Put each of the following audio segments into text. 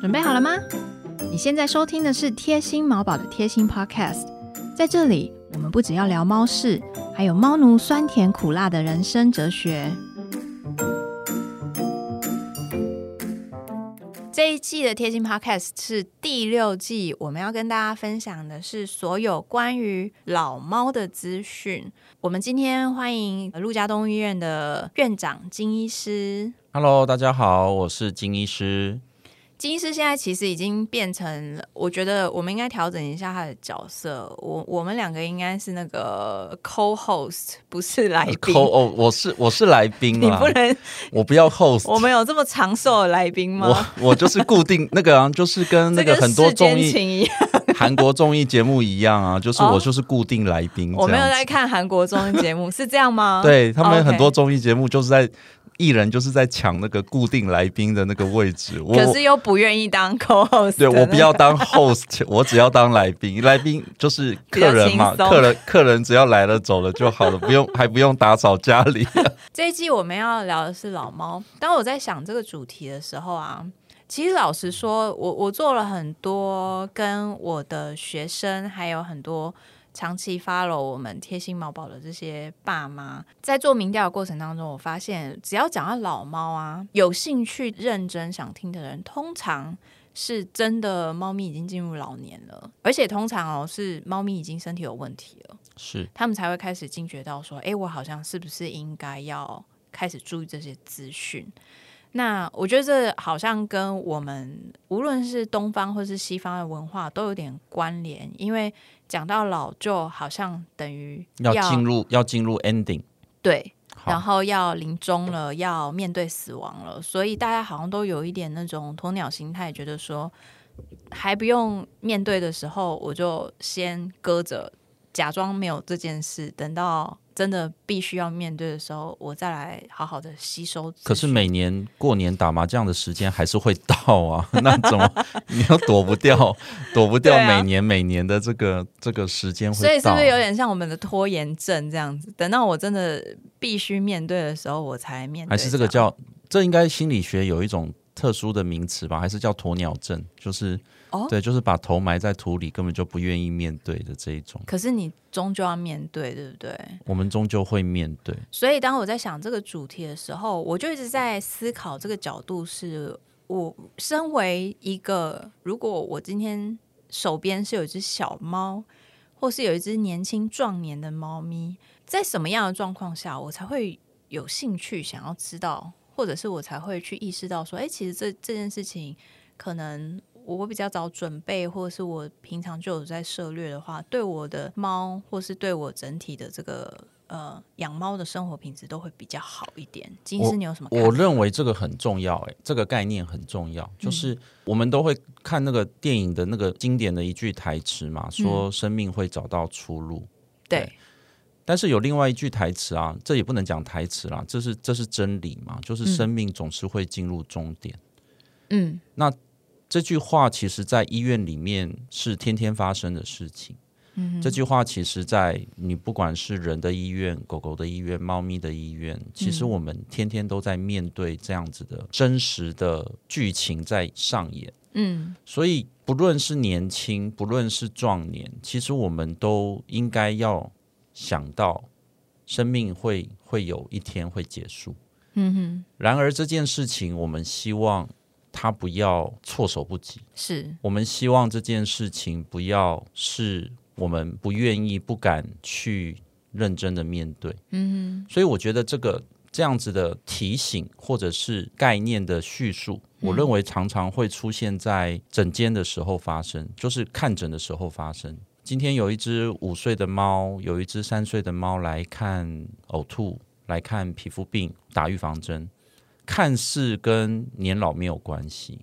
准备好了吗？你现在收听的是贴心毛宝的贴心 Podcast，在这里我们不只要聊猫事，还有猫奴酸甜苦辣的人生哲学。这一季的贴心 Podcast 是第六季，我们要跟大家分享的是所有关于老猫的资讯。我们今天欢迎呃陆家东医院的院长金医师， Hello，大家好，我是金医师。金医师现在其实已经变成，我觉得我们应该调整一下他的角色。我我们两个应该是那个 co-host，不 是来宾。扣哦，我是我是来宾你啦不，能，我不要 host，我们有这么长寿的来宾吗？我我就是固定 那个啊，就是跟那这个跟很多世间综艺情一 样，韩国综艺节目一样啊，就是哦我就是固定来宾我这没有样在子。看韩国综艺节目，是这样吗？对他们很多 OK 综艺节目就是在艺人就是在抢那个固定来宾的那个位置，我可是又不愿意当 co-host，对的那我不要个当 host，我 只要当来宾。来宾就是比较客人嘛，轻松客人客人只要来了走了就好了，不用还不用打扫家 里。这一季我们要聊的是老猫。当我在想这个主题的时候啊，其实老实说，我我做了很多跟我的学生，还有很多长期 follow 我们贴心毛宝的这些爸妈，在做民调的过程当中，我发现只要讲到老猫啊，有兴趣、认真想听的人，通常。是真的，猫咪已经进入老年了，而且通常哦是猫咪已经身体有问题了。是他们才会开始惊觉到说，诶，我好像是不是应该要开始注意这些资讯？那我觉得这好像跟我们无论是东方或是西方的文化都有点关联，因为讲到老就好像等于要进入要进入 ending。对，好然后要临终了，要面对死亡了，所以大家好像都有一点那种鸵鸟心态，觉得说还不用面对的时候，我就先搁着，假装没有这件事，等到真的必须要面对的时候，我再来好好的吸收资讯。可是每年过年打麻将的时间还是会到啊， 那 怎么你又躲不掉，躲不掉对啊每年每年的这个这个时间会到。啊所以是不是有点像我们的拖延症这样子？等到我真的必须面对的时候，我才面对样。还是这个叫这应该心理学有一种特殊的名词吧？还是叫鸵鸟症？就是、哦对，就是把头埋在土里，根本就不愿意面对的这一种。可是你终究要面对，对不对？我们终究会面对，所以当我在想这个主题的时候，我就一直在思考这个角度是我身为一个，如果我今天手边是有一只小猫，或是有一只年轻壮年的猫咪，在什么样的状况下，我才会有兴趣想要知道，或者是我才会去意识到说，哎、其实这这件事情可能。我比较早准备，或者是我平常就有在涉略的话，对我的猫，或是对我整体的这个呃养猫的生活品质都会比较好一点。金师，你有什么看法？我认为这个很重要、欸，这个概念很重要。就是我们都会看那个电影的那个经典的一句台词嘛，说生命会找到出路。对，但是有另外一句台词啊，这也不能讲台词啦，这是这是真理嘛，就是生命总是会进入终点。嗯，这句话其实，在医院里面是天天发生的事情。嗯，这句话其实，在你不管是人的医院、狗狗的医院、猫咪的医院，其实我们天天都在面对这样子的真实的剧情在上演。嗯，所以，不论是年轻，不论是壮年，其实我们都应该要想到，生命会会有一天会结束。嗯哼。然而，这件事情我们希望它不要措手不及，是，我们希望这件事情不要是我们不愿意、不敢去认真的面对。嗯，所以我觉得这个这样子的提醒或者是概念的叙述，我认为常常会出现在诊间的时候发生，就是看诊的时候发生。今天有一只五岁的猫，有一只三岁的猫来看呕吐，来看皮肤病，打预防针，看似跟年老没有关系，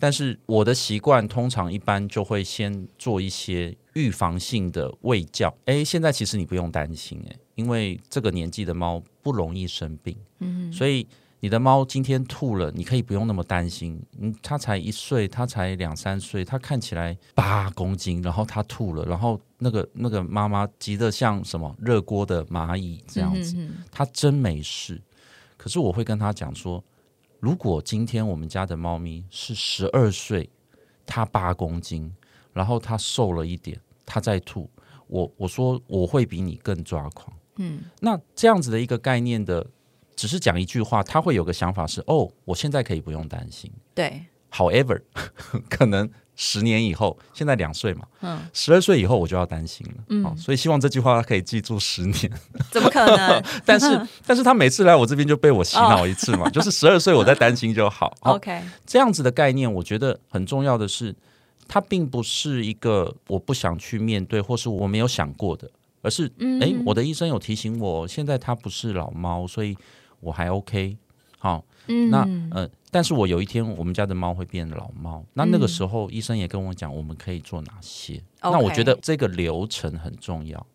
但是我的习惯通常一般就会先做一些预防性的喂教。诶，现在其实你不用担心诶，因为这个年纪的猫不容易生病，嗯，所以你的猫今天吐了，你可以不用那么担心。嗯，它才一岁，它才两三岁，它看起来八公斤，然后它吐了，然后那个那个妈妈急得像什么热锅的蚂蚁这样子，嗯哼哼他真没事。可是我会跟他讲说，如果今天我们家的猫咪是十二岁，它八公斤，然后它瘦了一点，它在吐，我我说我会比你更抓狂。嗯，那这样子的一个概念的，只是讲一句话，他会有个想法是：哦，我现在可以不用担心。对 However，可 能十年以后，现在两岁嘛，嗯，十二岁以后我就要担心了，嗯、所以希望这句话可以记住十年。怎么可能？但是，但是他每次来我这边就被我洗脑一次哦嘛，就是十二岁我在担心就 好。 好 OK，这样子的概念，我觉得很重要的是，它并不是一个我不想去面对，或是我没有想过的，而是，嗯诶，我的医生有提醒我，现在它不是老猫，所以我还 OK。好，嗯，那呃，但是我有一天我们家的猫会变老猫，那那个时候医生也跟我讲，我们可以做哪些。那我嗯 OK 嗯觉得这个流程很重要，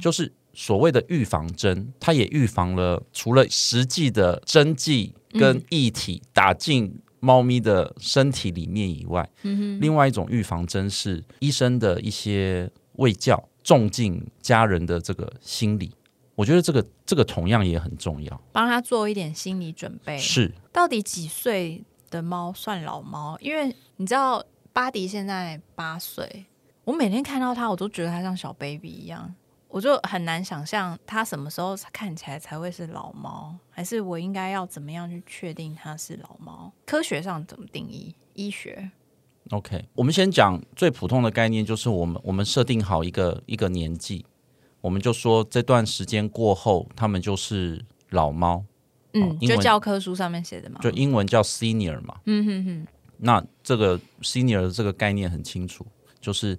就是所谓的预防针，它也预防了除了实际的针剂跟液体打进猫咪的身体里面以外，另外一种预防针是医生的一些卫教，重进家人的这个心理。我觉得这个这个同样也很重要，帮他做一点心理准备。是到底几岁的猫算老猫？因为你知道巴迪现在八岁，我每天看到它，我都觉得它像小 baby 一样，我就很难想象它什么时候看起来才会是老猫，还是我应该要怎么样去确定它是老猫？科学上怎么定义？医学 OK，我们先讲最普通的概念，就是我们我们设定好一个一个年纪，我们就说这段时间过后，他们就是老猫，嗯，哦英文就教科书上面写的嘛，就英文叫 senior 嘛。嗯哼哼。那这个 senior 的这个概念很清楚，就是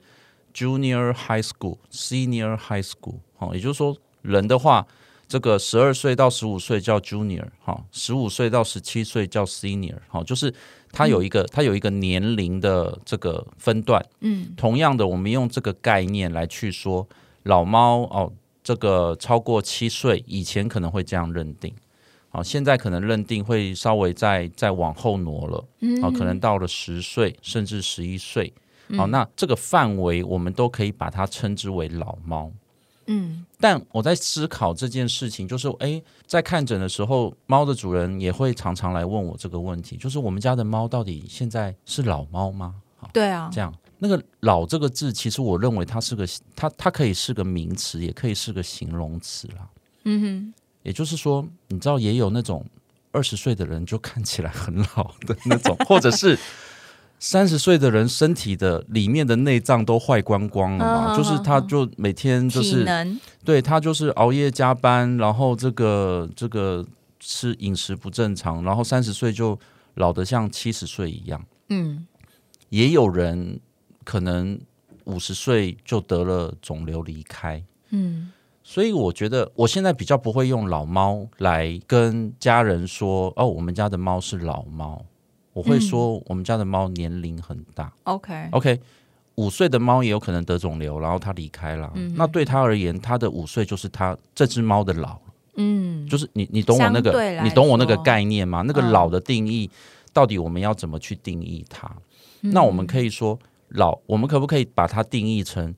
junior high school、senior high school。好、也就是说，人的话，这个十二岁到十五岁叫 junior，哈、十五岁到十七岁叫 senior，好、就是它有一个、它有一个年龄的这个分段。嗯，同样的，我们用这个概念来去说老猫哦。这个超过七岁以前可能会这样认定，好，现在可能认定会稍微再再往后挪了，啊，可能到了十岁甚至十一岁，好，那这个范围我们都可以把它称之为老猫。嗯，但我在思考这件事情，就是诶，在看诊的时候，猫的主人也会常常来问我这个问题，就是我们家的猫到底现在是老猫吗？对啊，这样，那个“老”这个字，其实我认为它是个，它它可以是个名词，也可以是个形容词啦。嗯哼，也就是说，你知道也有那种二十岁的人就看起来很老的那种，或者是三十岁的人身体的里面的内脏都坏光光了嘛，嗯就是嗯他就每天就体是能对他就是熬夜加班，然后这个这个吃饮食不正常，然后三十岁就老得像七十岁一样。嗯，也有人可能五十岁就得了肿瘤离开。嗯，所以我觉得我现在比较不会用老猫来跟家人说哦，我们家的猫是老猫，我会说我们家的猫年龄很大。 OK， OK，五岁的猫也有可能得肿瘤，然后它离开了。那对它而言，它的五岁就是它这只猫的老。嗯，就是你你懂我那相对来个说你懂我那个概念吗？那个嗯老的定义、到底我们要怎么去定义它？嗯那我们可以说老，我们可不可以把它定义成？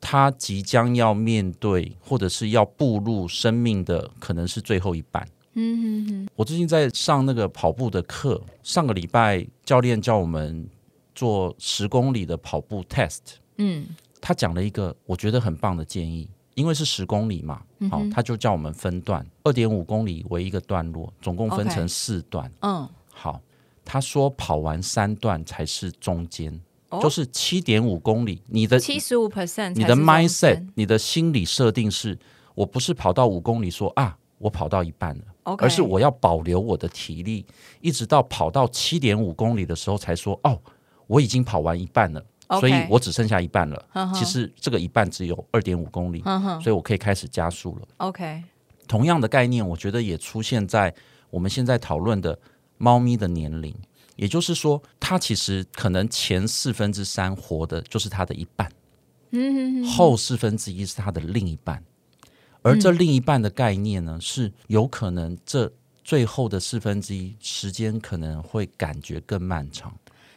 它即将要面对，或者是要步入生命的，可能是最后一半。嗯哼哼。我最近在上那个跑步的课，上个礼拜教练叫我们做十公里的跑步 test，嗯他讲了一个我觉得很棒的建议，因为是十公里嘛，好、嗯他就叫我们分段，二点五公里为一个段落，总共分 OK 成四段。嗯，好，他说跑完三段才是中间，哦就是七点五公里，你的七十五 percent，你的 mindset，你的心理设定是，我不是跑到五公里说啊，我跑到一半了。 OK，而是我要保留我的体力，一直到跑到七点五公里的时候才说哦，我已经跑完一半了。 OK 所以我只剩下一半了。呵呵其实这个一半只有二点五公里，所以我可以开始加速了。嗯 OK，同样的概念，我觉得也出现在我们现在讨论的猫咪的年龄，也就是说，它其实可能前四分之三活的就是它的一半，嗯后四分之一是它的另一半，而嗯这另一半的概念呢，是有可能这最后的四分之一时间可能会感觉更漫长。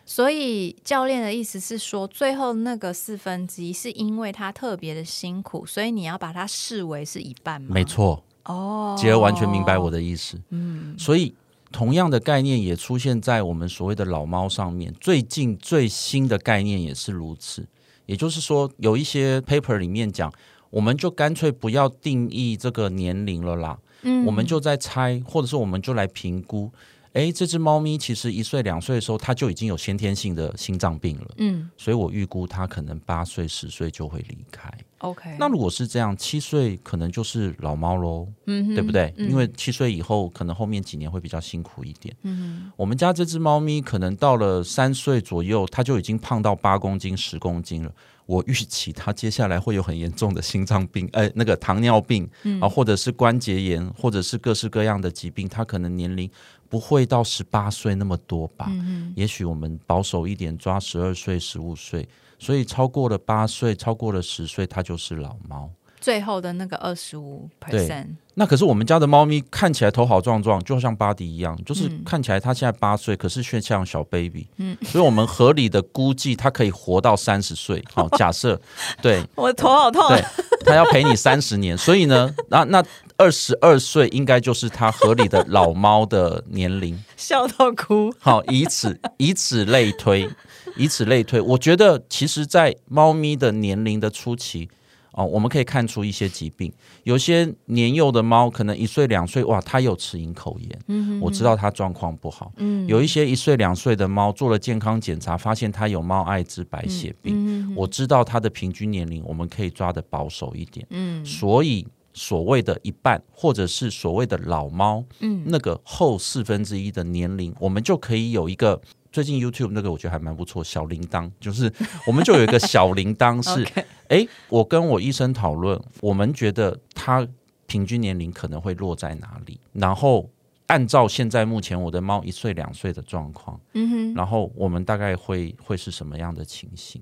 所以教练的意思是说，最后那个四分之一是因为他特别的辛苦，所以你要把它视为是一半吗？没，错，嗯哦，杰儿完全明白我的意思。嗯，所以同样的概念也出现在我们所谓的老猫上面。最近最新的概念也是如此，也就是说，有一些 paper 里面讲，我们就干脆不要定义这个年龄了啦，嗯我们就在猜，或者是我们就来评估，诶，这只猫咪其实一岁两岁的时候，它就已经有先天性的心脏病了，嗯所以我预估它可能八岁十岁就会离开。 ，OK，那如果是这样，七岁可能就是老猫喽，嗯哼对不对？嗯因为七岁以后，可能后面几年会比较辛苦一点。嗯，我们家这只猫咪可能到了三岁左右，它就已经胖到八公斤、十公斤了。我预期它接下来会有很严重的心脏病，呃，那个糖尿病、嗯啊，或者是关节炎，或者是各式各样的疾病。它可能年龄不会到十八岁那么多吧？嗯也许我们保守一点，抓十二岁、十五岁。所以超过了八岁，超过了十岁，它就是老猫。最后的那个二十五 percent，对那可是我们家的猫咪看起来头好壮壮，就像巴迪一样，就是嗯看起来它现在八岁，可是却像小 baby。嗯嗯，所以我们合理的估计它可以活到三十岁。好、假设对我头好痛对，它要陪你三十年，所以呢，那那二十二岁应该就是它合理的老猫的年龄。笑到哭。好，以此以此类推，以此类推。我觉得其实，在猫咪的年龄的初期，哦，我们可以看出一些疾病。有些年幼的猫，可能一岁两岁，哇，它有齿龈口炎，我知道它状况不好。有一些一岁两岁的猫做了健康检查，发现它有猫艾滋白血病，我知道它的平均年龄，我们可以抓的保守一点。嗯所以所谓的一半，或者是所谓的老猫，嗯，那个后四分之一的年龄，我们就可以有一个。最近 YouTube 那个我觉得还蛮不错，小铃铛，就是我们就有一个小铃铛 是，OK，诶，我跟我医生讨论，我们觉得它平均年龄可能会落在哪里，然后按照现在目前我的猫一岁两岁的状况，嗯哼，然后我们大概会会是什么样的情形，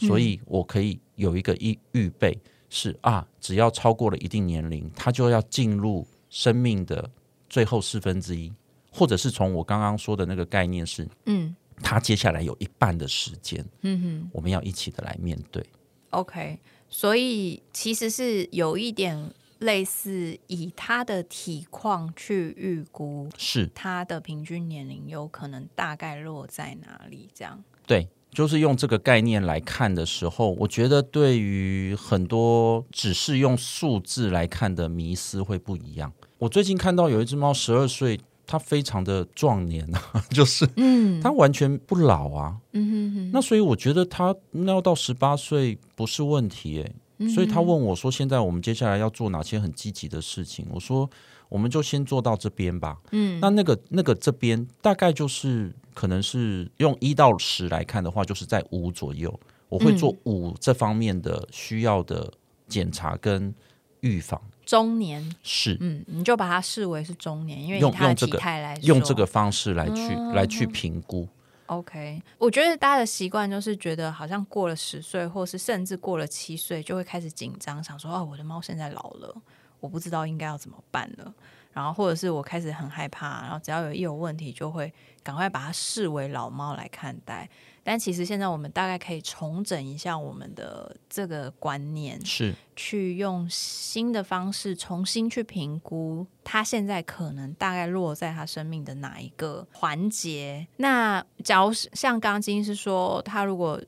嗯所以我可以有一个预预备是啊，只要超过了一定年龄，它就要进入生命的最后四分之一，或者是从我刚刚说的那个概念是，嗯它接下来有一半的时间，嗯哼我们要一起的来面对。 ，OK，所以其实是有一点类似以他的体况去预估是他的平均年龄有可能大概落在哪里，这样。对。就是用这个概念来看的时候，我觉得对于很多只是用数字来看的迷思会不一样。我最近看到有一只猫十二岁，它非常的壮年啊， 就是嗯它完全不老啊。嗯那所以我觉得它那要到十八岁不是问题诶、嗯哼所以他问我说：“现在我们接下来要做哪些很积极的事情？”我说：“我们就先做到这边吧。”嗯那那个那个这边大概就是可能是用一到十来看的话，就是在五左右。我会做五这方面的需要的检查跟预防，中年，是嗯，你就把它视为是中年，因为以用他的用这体个态来说，用这个方式来去来去评估。 OK，我觉得大家的习惯就是觉得好像过了十岁，或是甚至过了七岁，就会开始紧张，想说哦，我的猫现在老了，我不知道应该要怎么办了。然后或者是我开始很害怕，然后只要有一有问题，就会赶快把它视为老猫来看待。但其实现在我们大概可以重整一下我们的这个观念，是去用新的方式重新去评估他现在可能大概落在他生命的哪一个环节。那假如是像刚刚金医师说，他如果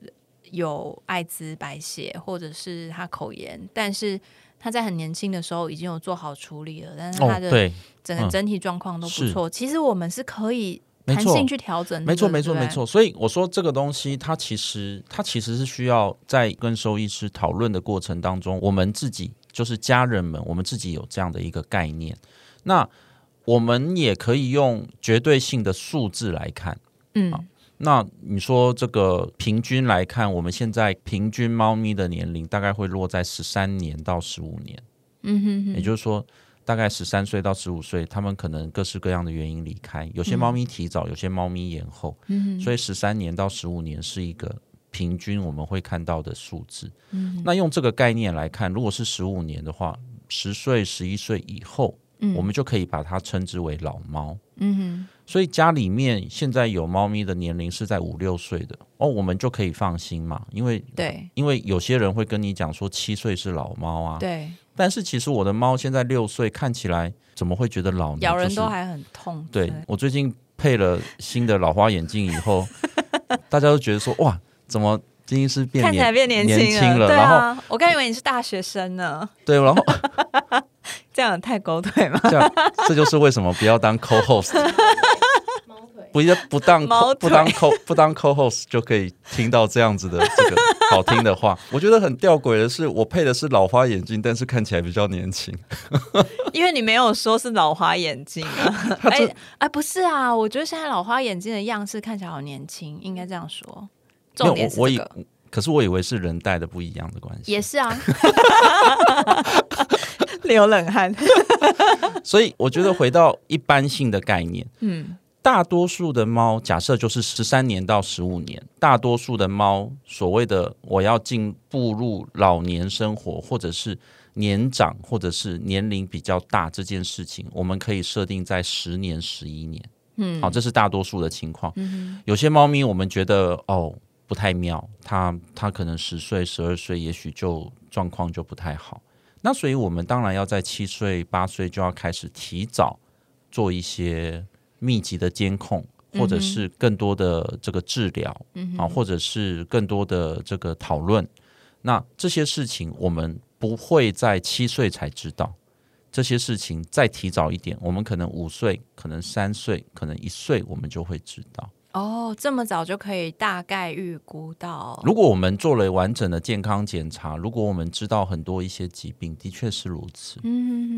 有艾滋、白血或者是他口炎，但是他在很年轻的时候已经有做好处理了，但是他哦，的对，整个嗯整体状况都不是错。其实我们是可以没弹错性去调整的，没错，对没错，不对没。错。所以我说这个东西，它其实它其实是需要在跟兽医师讨论的过程当中，我们自己就是家人们，我们自己有这样的一个概念。那我们也可以用绝对性的数字来看。嗯那你说这个平均来看，我们现在平均猫咪的年龄大概会落在十三年到十五年，嗯哼哼，也就是说，大概十三岁到十五岁，它们可能各式各样的原因离开，有些猫咪提早，嗯有些猫咪延后，所以十三年到十五年是一个平均我们会看到的数字。嗯那用这个概念来看，如果是十五年的话，十岁、十一岁以后，嗯我们就可以把它称之为老猫。嗯所以家里面现在有猫咪的年龄是在五六岁的哦，我们就可以放心嘛，因为哼，对因为有些人会跟你讲说七岁是老猫啊，对，但是其实我的猫现在六岁，看起来怎么会觉得老呢？咬人就是都还很痛。对我最近配了新的老花眼镜以后， 大家都觉得说哇，怎么金医师变看起来年变年轻年轻了对然啊，我刚以为你是大学生呢， 对，然后这样太狗腿 吗？这样，这就是为什么不要当 co-host，猫腿，不要不当毛 co, 腿不当 co 不当 co-host 就可以听到这样子的这个好听的话。我觉得很吊诡的是，我配的是老花眼镜，但是看起来比较年轻。因为你没有说是老花眼镜 啊。哎哎，不是啊，我觉得现在老花眼镜的样式看起来好年轻，应该这样说。重点是没这有个，我我以可是我以为是人戴的不一样的关系也。是 啊，流冷汗。 所以我觉得回到一般性的概念，嗯大多数的猫假设就是十三年到十五年，大多数的猫所谓的我要进步入老年生活，或者是年长，或者是年龄比较大这件事情，我们可以设定在十年、十一年。嗯好、这是大多数的情况。有些猫咪我们觉得哦不太妙，它它可能十岁、十二岁，也许就状况就不太好。那所以我们当然要在七岁、八岁就要开始提早做一些密集的监控，或者是更多的这个治疗、啊，或者是更多的这个讨论。那这些事情我们不会在七岁才知道。这些事情再提早一点，我们可能五岁，可能三岁，可能一岁，我们就会知道。 哦，这么早就可以大概预估到，如果我们做了完整的健康检查，如果我们知道很多一些疾病，的确是如此。嗯哼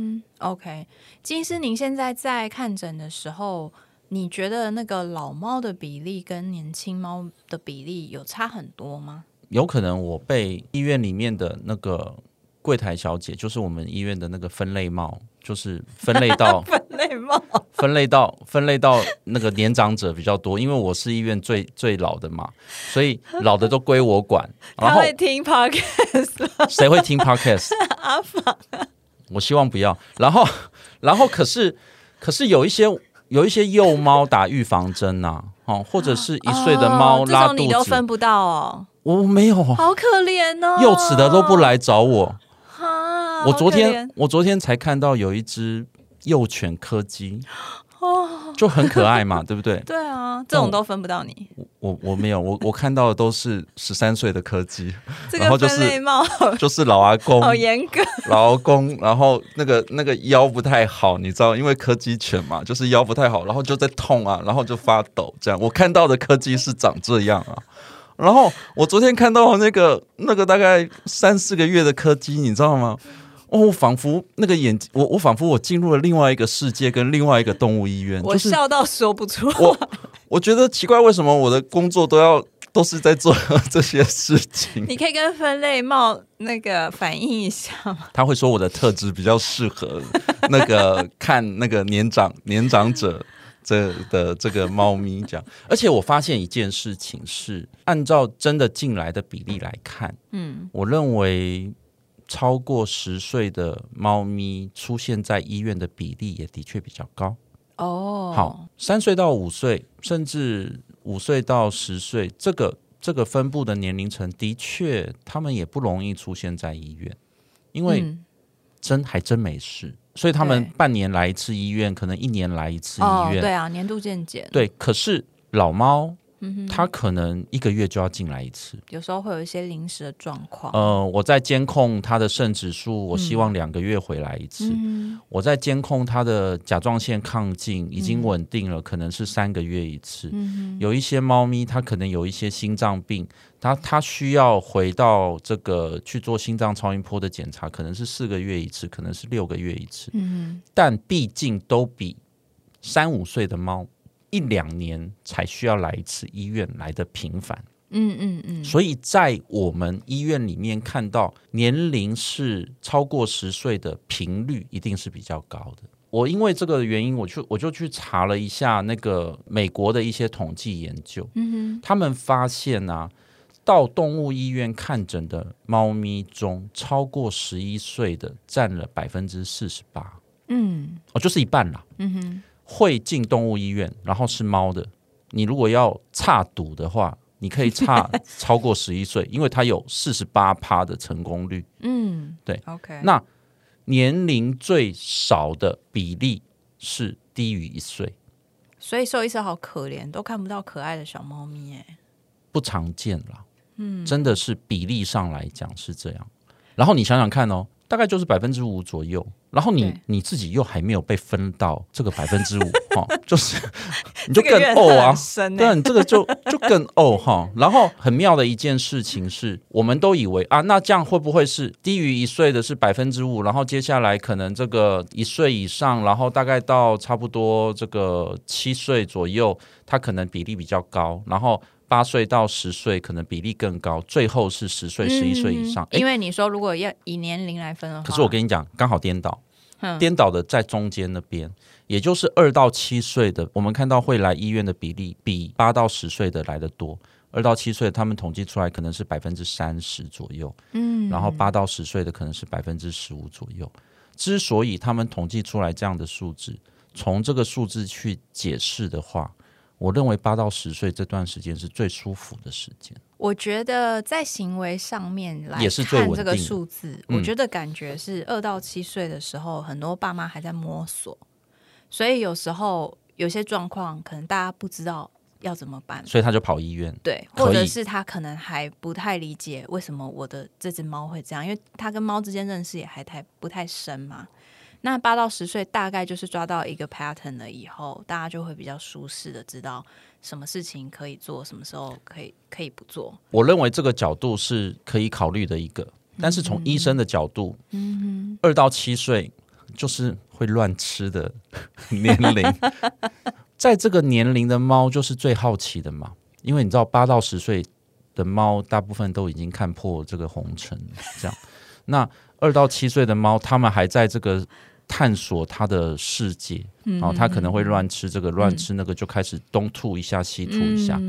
哼，OK。金医师，您现在在看诊的时候，你觉得那个老猫的比例跟年轻猫的比例有差很多吗？有可能我被医院里面的那个柜台小姐，就是我们医院的那个分类猫，就是分类到 分类猫，分类到分类到那个年长者比较多，因为我是医院最最老的嘛，所以老的都归 我管。然它后会听 podcast 吗 谁会听 podcast？ 阿法我希望不要。然后，然后可是可是有一些有一些幼猫打预防针呐、哦，或者是一岁的猫哦拉这肚种你都子，分不到哦，我没有啊，好可怜哦，幼齿的都不来找我。哈。我昨哦好可怜天我昨天才看到有一只幼犬柯基，哦，就很可爱 嘛，对不对？对啊，这种哦都分不到你，我我没有，我我看到的都是十三岁的柯基，这然个后就是分类猫好就是老阿公。好严格，劳工，然后那个那个腰不太好，你知道，因为柯基犬嘛，就是腰不太好，然后就在痛啊，然后就发抖这样。我看到的柯基是长这样啊。然后我昨天看到那个那个大概三四个月的柯基，你知道吗？哦，我仿佛那个眼睛，我我仿佛我进入了另外一个世界，跟另外一个动物医院。我就是笑到说不出。我我觉得奇怪，为什么我的工作都要都是在做 这些事情？你可以跟分类猫那个反映一下吗？他会说我的特质比较 适合那个看那个年长年长者这的这个猫咪这样。而且我发现一件事情是，按照真的进来的比例来看，嗯，我认为超过十岁的猫咪出现在医院的比例也的确比较高。哦，好，，三岁到五岁，甚至五岁到十岁，这个这个分布的年龄层，的确他们也不容易出现在医院，因为、嗯、真还真没事，所以他们对半年来一次医院，可能一年来一次哦，医院，对啊，年度健检，对可是老猫，嗯它可能一个月就要进来一次。有时候会有一些临时的状况，呃，我在监控它的肾指数，我希望两个月回来一次。嗯我在监控它的甲状腺亢进已经稳定了，可能是三个月一次。嗯有一些猫咪它可能有一些心脏病，它它需要回到这个去做心脏超音波的检查，可能是四个月一次，可能是六个月一次。嗯但毕竟都比三五岁的猫一两年才需要来一次医院来的频繁，嗯嗯嗯，所以在我们医院里面看到年龄是超过十岁的频率一定是比较高的。我因为这个原因，我去我就去查了一下那个美国的一些统计研究，嗯他们发现啊，到动物医院看诊的猫咪中，超过十一岁的占了百分之四十八。哼，嗯哦，就是一半啦。嗯哼，会进动物医院，然后是猫的，你如果要差赌的话，你可 以差超过十一岁，因为它有四十八趴的成功率。嗯，对，OK，那年龄最少的比例是低于一岁，所以兽医师好可怜，都看不到可爱的小猫咪哎。不常见啦。嗯，真的是比例上来讲是这样。然后你想想看哦，大概就是百分之五左右。然后你对你自己又还没有被分到这个百 分之五哦，就是你就这个更怨呕恨啊很，深对，哎，你这个就就更呕哈。然后很妙的一件事情是，我们都以为啊，那这样会不会是低于一岁的是百分之五，然后接下来可能这个一岁以上，然后大概到差不多这个七岁左右，它可能比例比较高，然后。八岁到十岁可能比例更高，最后是十岁、十一岁以上。嗯诶因为你说如果要以年龄来分的话，可是我跟你讲，刚好颠倒，嗯颠倒的在中间那边，也就是二到七岁的，我们看到会来医院的比例比八到十岁的来的多。二到七岁，他们统计出来可能是百分之三十左右，嗯，然后八到十岁的可能是百分之十五左右。之所以他们统计出来这样的数字，从这个数字去解释的话，我认为八到十岁这段时间是最舒服的时间。我觉得在行为上面来也是最稳看定的这个数字，嗯我觉得感觉是二到七岁的时候，很多爸妈还在摸索，所以有时候有些状况可能大家不知道要怎么办，所以他就跑医院，对，可以或者是他可能还不太理解为什么我的这只猫会这样，因为他跟猫之间认识也还太不太深嘛。那八到十岁大概就是抓到一个 pattern 了以后，大家就会比较舒适的知道什么事情可以做，什么时候可以可以不做。我认为这个角度是可以考虑的一个，但是从医生的角度，二到七岁就是会乱吃的年龄，在这个年龄的猫就是最好奇的嘛，因为你知道八到十岁的猫大部分都已经看破这个红尘了，这样，那二到七岁的猫，它们还在这个。探索它的世界，嗯然后它哦可能会乱吃这个，乱吃那个，就开始东吐一下，西吐一下。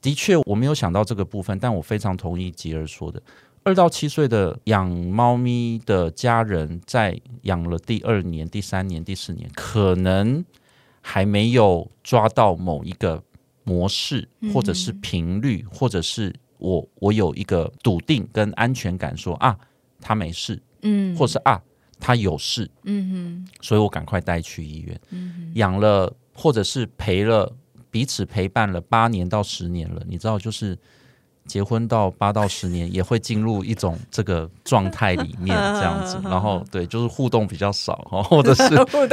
的确，我没有想到这个部分，但我非常同意吉儿说的。二到七岁的养猫咪的家人，在养了第二年、第三年、第四年，可能还没有抓到某一个模式，或者是频率，或者是我我有一个笃定跟安全感说啊，他没事，嗯或是啊，他有事， 嗯所以我赶快带去医院，养了或者是陪了彼此陪伴了八年到十年了，你知道，就是结婚到八到十年也会进入一种这个状态里面这样 子，然后对，就是互动比较少， 哦或者是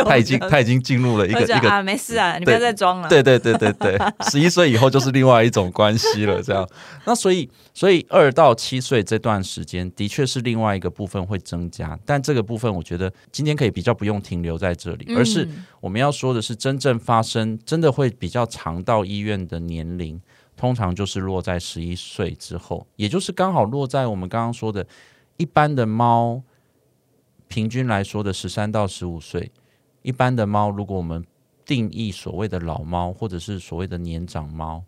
他已经他已经进入了一一个一个啊，没事啊，你不要再装了。，对对对对对，十一岁以后就是另外一种关系了。这样，那所以所以二到七岁这段时间的确是另外一个部分会增加，但这个部分我觉得今天可以比较不用停留在这里，而是我们要说的是真正发生真的会比较长到医院的年龄，通常就是落在十一岁之后，也就是刚好落在我们刚刚说的一般的猫。平均来说的十三到十五岁，一般的猫，如果我们定义所谓的老猫或者是所谓的年长猫，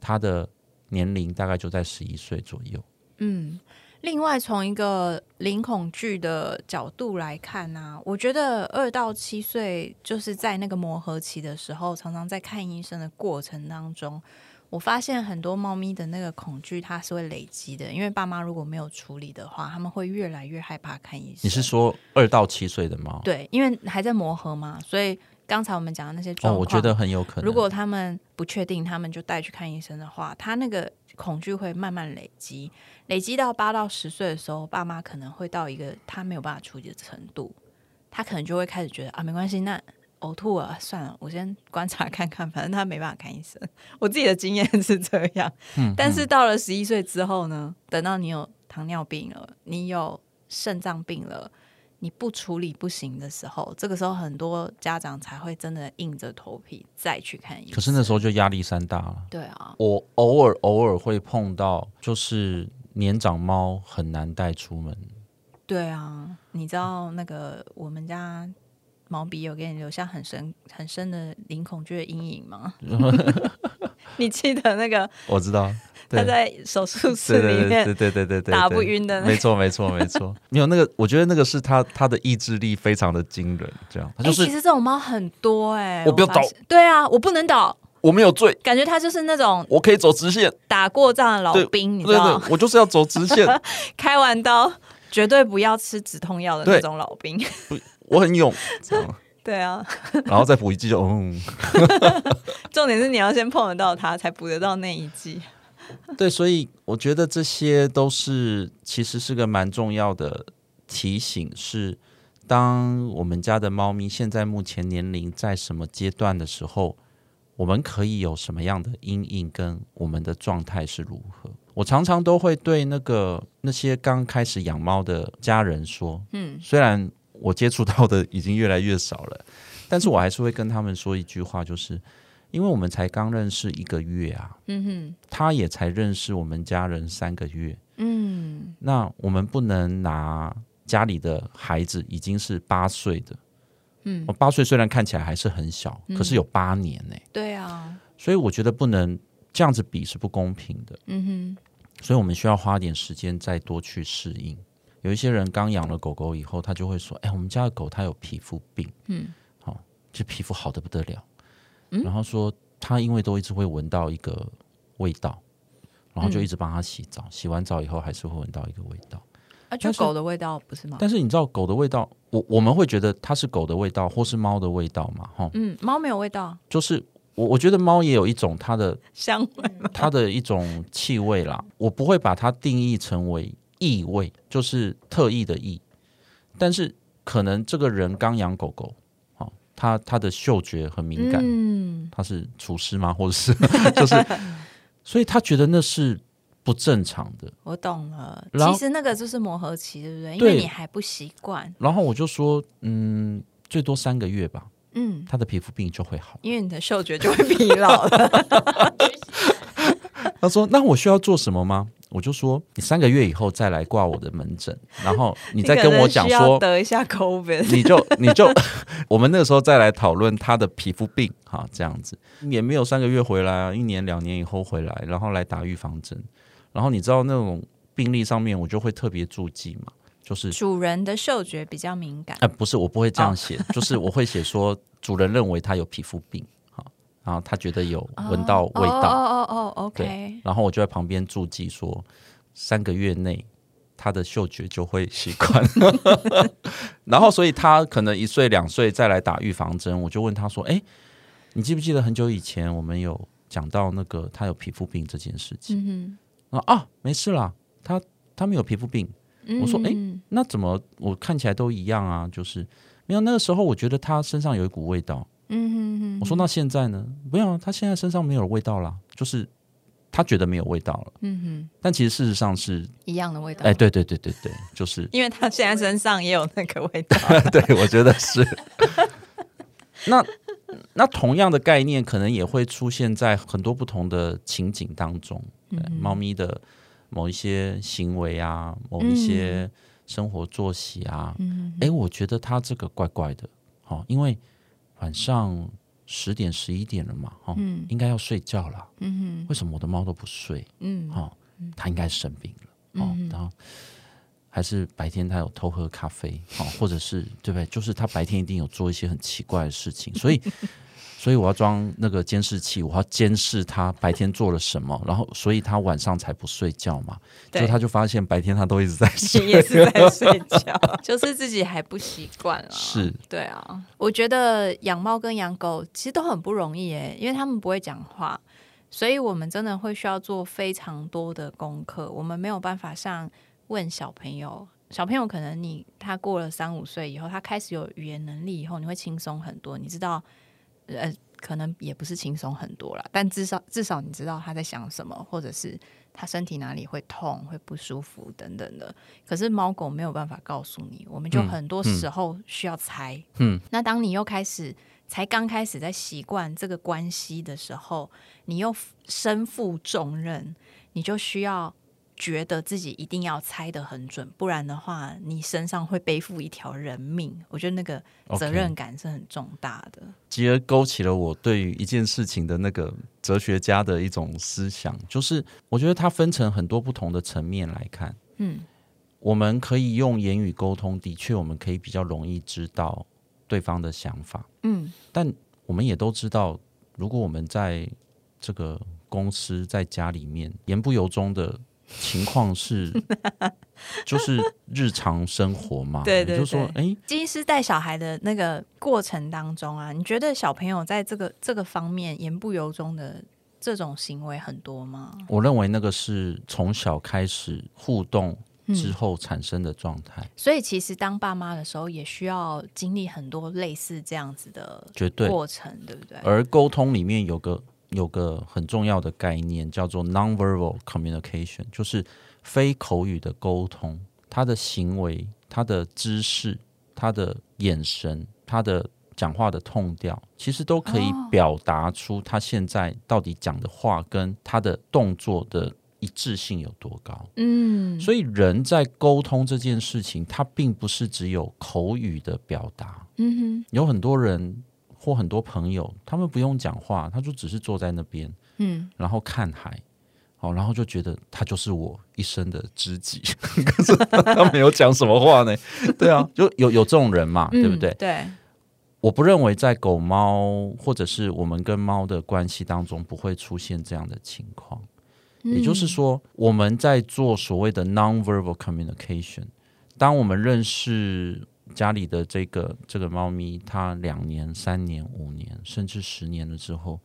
它的年龄大概就在十一岁左右。嗯。另外，从一个零恐惧的角度来看呢、我觉得二到七岁就是在那个磨合期的时候，常常在看医生的过程当中，我发现很多猫咪的那个恐惧它是会累积的，因为爸妈如果没有处理的话，他们会越来越害怕看医生。你是说二到七岁的猫？对，因为还在磨合嘛，所以刚才我们讲的那些状哦，况，我觉得很有可能。如果他们不确定，他们就带去看医生的话，他那个恐惧会慢慢累积，累积到八到十岁的时候，爸妈可能会到一个他没有办法处理的程度，他可能就会开始觉得啊，没关系，那呕吐了，算了，我先观察看看，反正他没办法看医生。我自己的经验是这样，嗯 但是到了十一岁之后呢，等到你有糖尿病了，你有肾脏病了。你不处理不行的时候，这个时候很多家长才会真的硬着头皮再去看医生。可是那时候就压力山大了。对啊，我偶尔偶尔会碰到，就是年长猫很难带出门。对啊，你知道那个我们家毛笔有给你留下很深很 深的零恐惧的阴影吗？你记得那个 我知道，他对在手术室对对里对面对对对对对，打对不晕的那没错没错没错，没有那个，我觉得那个是他他的意志力非常的惊人，这样他就哎、是、其实这种猫很多哎、我不要发现。对啊，我不能倒，我没有罪，感觉它就是那种我可以走直线，打过仗的老对兵，你对知道，对，我就是要走直线， 开完刀绝对不要吃止痛药的那对种老兵。我很勇，这样 对啊，然后再补一剂就嗯，重点是你要先碰得到它，才补得到那一剂。对，所以我觉得这些都是其实是个蛮重要的提醒，是当我们家的猫咪现在目前年龄在什么阶段的时候，我们可以有什么样的阴影，跟我们的状态是如何。我常常都会对那个那些刚开始养猫的家人说，嗯，虽然我接触到的已经越来越少了，但是我还是会跟他们说一句话，就是因为我们才刚认识一个月啊，嗯他也才认识我们家人三个月，哼，嗯，那我们不能拿家里的孩子已经是八岁的，嗯，八岁虽然看起来还是很小，可是有八年呢、对啊，所以我觉得不能这样子比是不公平的，嗯所以我们需要花点时间再多去适应。有一些人刚养了狗狗以后，他就会说：“哎、我们家的狗它有皮肤病，嗯，好、这皮肤好的不得了。然后说它因为都一直会闻到一个味道，然后就一直帮它洗澡，洗完澡以后还是会闻到一个味道。哼，啊，就但是狗的味道不是吗？但是你知道狗的味道，我我们会觉得它是狗的味道或是猫的味道嘛？哈、嗯，猫没有味道，就是我我觉得猫也有一种它的香味吗？它的一种气味啦，我不会把它定义成为异味，就是特意的异。但是可能这个人刚养狗狗，哦，他他的嗅觉很敏感，嗯，他是厨师吗？或者是 就是，所以他觉得那是不正常的。我懂了。然后其实那个就是磨合期，对不对？因对为你还不习惯，然后我就说，嗯，最多三个月吧，嗯，他的皮肤病就会好。因为你的嗅觉就会疲劳了。他说：“那我需要做什么吗？”我就说：“你三个月以后再来挂我的门诊，然后 你再跟我讲可能需说要得一下 COVID，你就 你就，我们那个时候再来讨论他的皮肤病哈，这样子也没有三个月回来啊，一年两年以后回来，然后来打预防针，然后你知道那种病例上面我就会特别注记嘛，就是主人的嗅觉比较敏感啊、。不是我不会这样写，就是我会写说主人认为他有皮肤病哈，然后他觉得有闻到味道，哦哦哦哦对，OK，，然后我就在旁边注记说，三个月内他的嗅觉就会习惯， 然后所以他可能一岁两岁再来打预防针，我就问他说，哎，你记不记得很久以前我们有讲到那个他有皮肤病这件事情？嗯啊啊，没事啦，他他没有皮肤病，哼我说诶嗯那怎么我看起来都一样啊？就是没有那个时候我觉得他身上有一股味道，嗯哼哼，我说那现在呢？没有啊，他现在身上没有味道啦，就是他觉得没有味道了。嗯但其实事实上是，哼，一样的味道。哎，对对对对 对，就是，因为他现在身上也有那个味道，对我觉得是。 那那同样的概念，可能也会出现在很多不同的情景当中。嗯对猫咪的某一些行为啊，某一些生活作息啊，嗯哎、我觉得它这个怪怪的，哦，因为晚上十点十一点了嘛，哦，应该要睡觉了。嗯为什么我的猫都不睡？哼，嗯哦，它应该生病了哦，然后还是白天它有偷喝咖啡哦，或者是对不对？就是它白天一定有做一些很奇怪的事情，所以所以我要装那个监视器，我要监视它白天做了什么，然后所以它晚上才不睡觉嘛。对就它就发现白天它都一直在睡，也是在睡觉， 就是自己还不习惯了。是对啊，我觉得养猫跟养狗其实都很不容易耶，因为他们不会讲话，所以我们真的会需要做非常多的功课。我们没有办法像问小朋友，小朋友可能你他过了三五岁以后，他开始有语言能力以后，你会轻松很多。你知道，呃，可能也不是轻松很多啦，但至少至少你知道他在想什么，或者是他身体哪里会痛、会不舒服等等的。可是猫狗没有办法告诉你，我们就嗯很多时候需要猜。嗯，那当你又开始才刚开始在习惯这个关系的时候，你又身负重任，你就需要觉得自己一定要猜得很准，不然的话，你身上会背负一条人命。我觉得那个责任感是很重大的。继而勾起了我对于一件事情的那个哲学家的一种思想，就是我觉得它分成很多不同的层面来看。嗯，我们可以用言语沟通，的确我们可以比较容易知道对方的想法，嗯但我们也都知道，如果我们在这个公司、在家里面言不由衷的情 况是，就是日常生活嘛。对对也就是说，哎、金医师带小孩的那个过程当中啊，你觉得小朋友在这个这个方面言不由衷的这种行为很多吗？我认为那个是从小开始互动之嗯，后产生的状态，所以其实当爸妈的时候，也需要经历很多类似这样子的绝对。过程，对不对？而沟通里面有个有个很重要的概念叫做 nonverbal communication，就是非口语的沟通，他的行为、他的姿势、他的眼神、他的讲话的痛调，其实都可以表达出他现在到底讲的话跟他的动作的一致性有多高。嗯，所以人在沟通这件事情，它并不是只有口语的表达。嗯有很多人或很多朋友，他们不用讲话，他就只是坐在那边，哼，嗯，然后看海，哦，然后就觉得他就是我一生的知己。 可是他没有讲什么话呢？对啊，就有有这种人嘛，对不对嗯？对，我不认为在狗猫或者是我们跟猫的关系当中不会出现这样的情况。也就是嗯说，我们在做所谓的 nonverbal communication。当我们认识家里的这个这个猫咪，它两年、三年、五年，甚至十年了之后，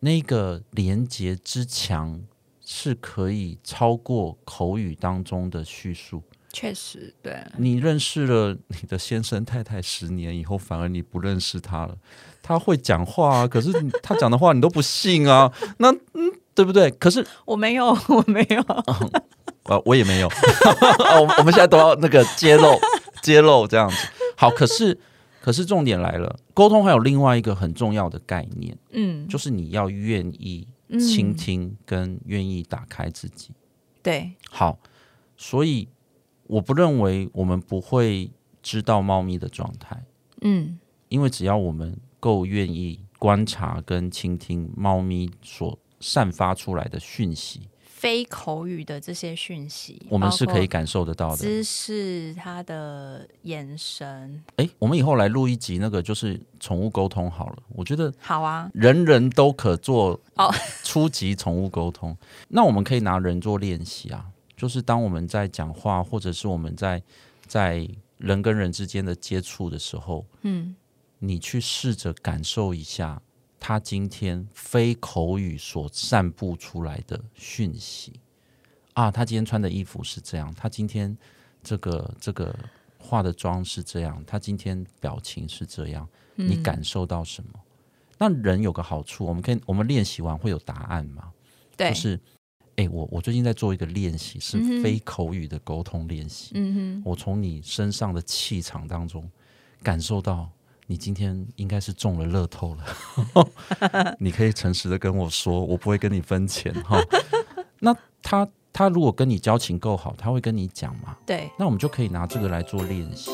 那个连接之强是可以超过口语当中的叙述。嗯确实对，你认识了你的先生太太十年以后，反而你不认识他了。他会讲话啊，可是你他讲的话你都不信啊，那嗯，对不对？可是我没有，我没有，呃，我也 没有，我我们现在都要那个揭露 揭露这样子。好，可是可是重点来了，沟通还有另外一个很重要的概念，嗯，就是你要愿意嗯倾听跟愿意打开自己。对，好，所以我不认为我们不会知道猫咪的状态，嗯因为只要我们够愿意观察跟倾听猫咪所散发出来的讯息，，非口语的这些讯息，我们是可以包感受得到括的。姿势、他的眼神，哎，我们以后来录一集那个就是宠物沟通好了。我觉得好啊，人人都可做哦初级宠物沟通。 那我们可以拿人做练习啊，就是当我们在讲话，或者是我们在在人跟人之间的接触的时候，嗯你去试着感受一下他今天非口语所散布出来的讯息啊，他今天穿的衣服是这样，他今天这个这个化的妆是这样，他今天表情是这样，嗯你感受到什么？那人有个好处，我们可以我们练习完会有答案嘛？嗯对，就是，哎、我我最近在做一个练习，是嗯哼非口语的沟通练习。嗯哼，我从你身上的气场当中感受到，你今天应该是中了乐透了。 你可以诚实的跟我说，我不会跟你分钱哈。那他他如果跟你交情够好，他会跟你讲嘛？对，那我们就可以拿这个来做练习。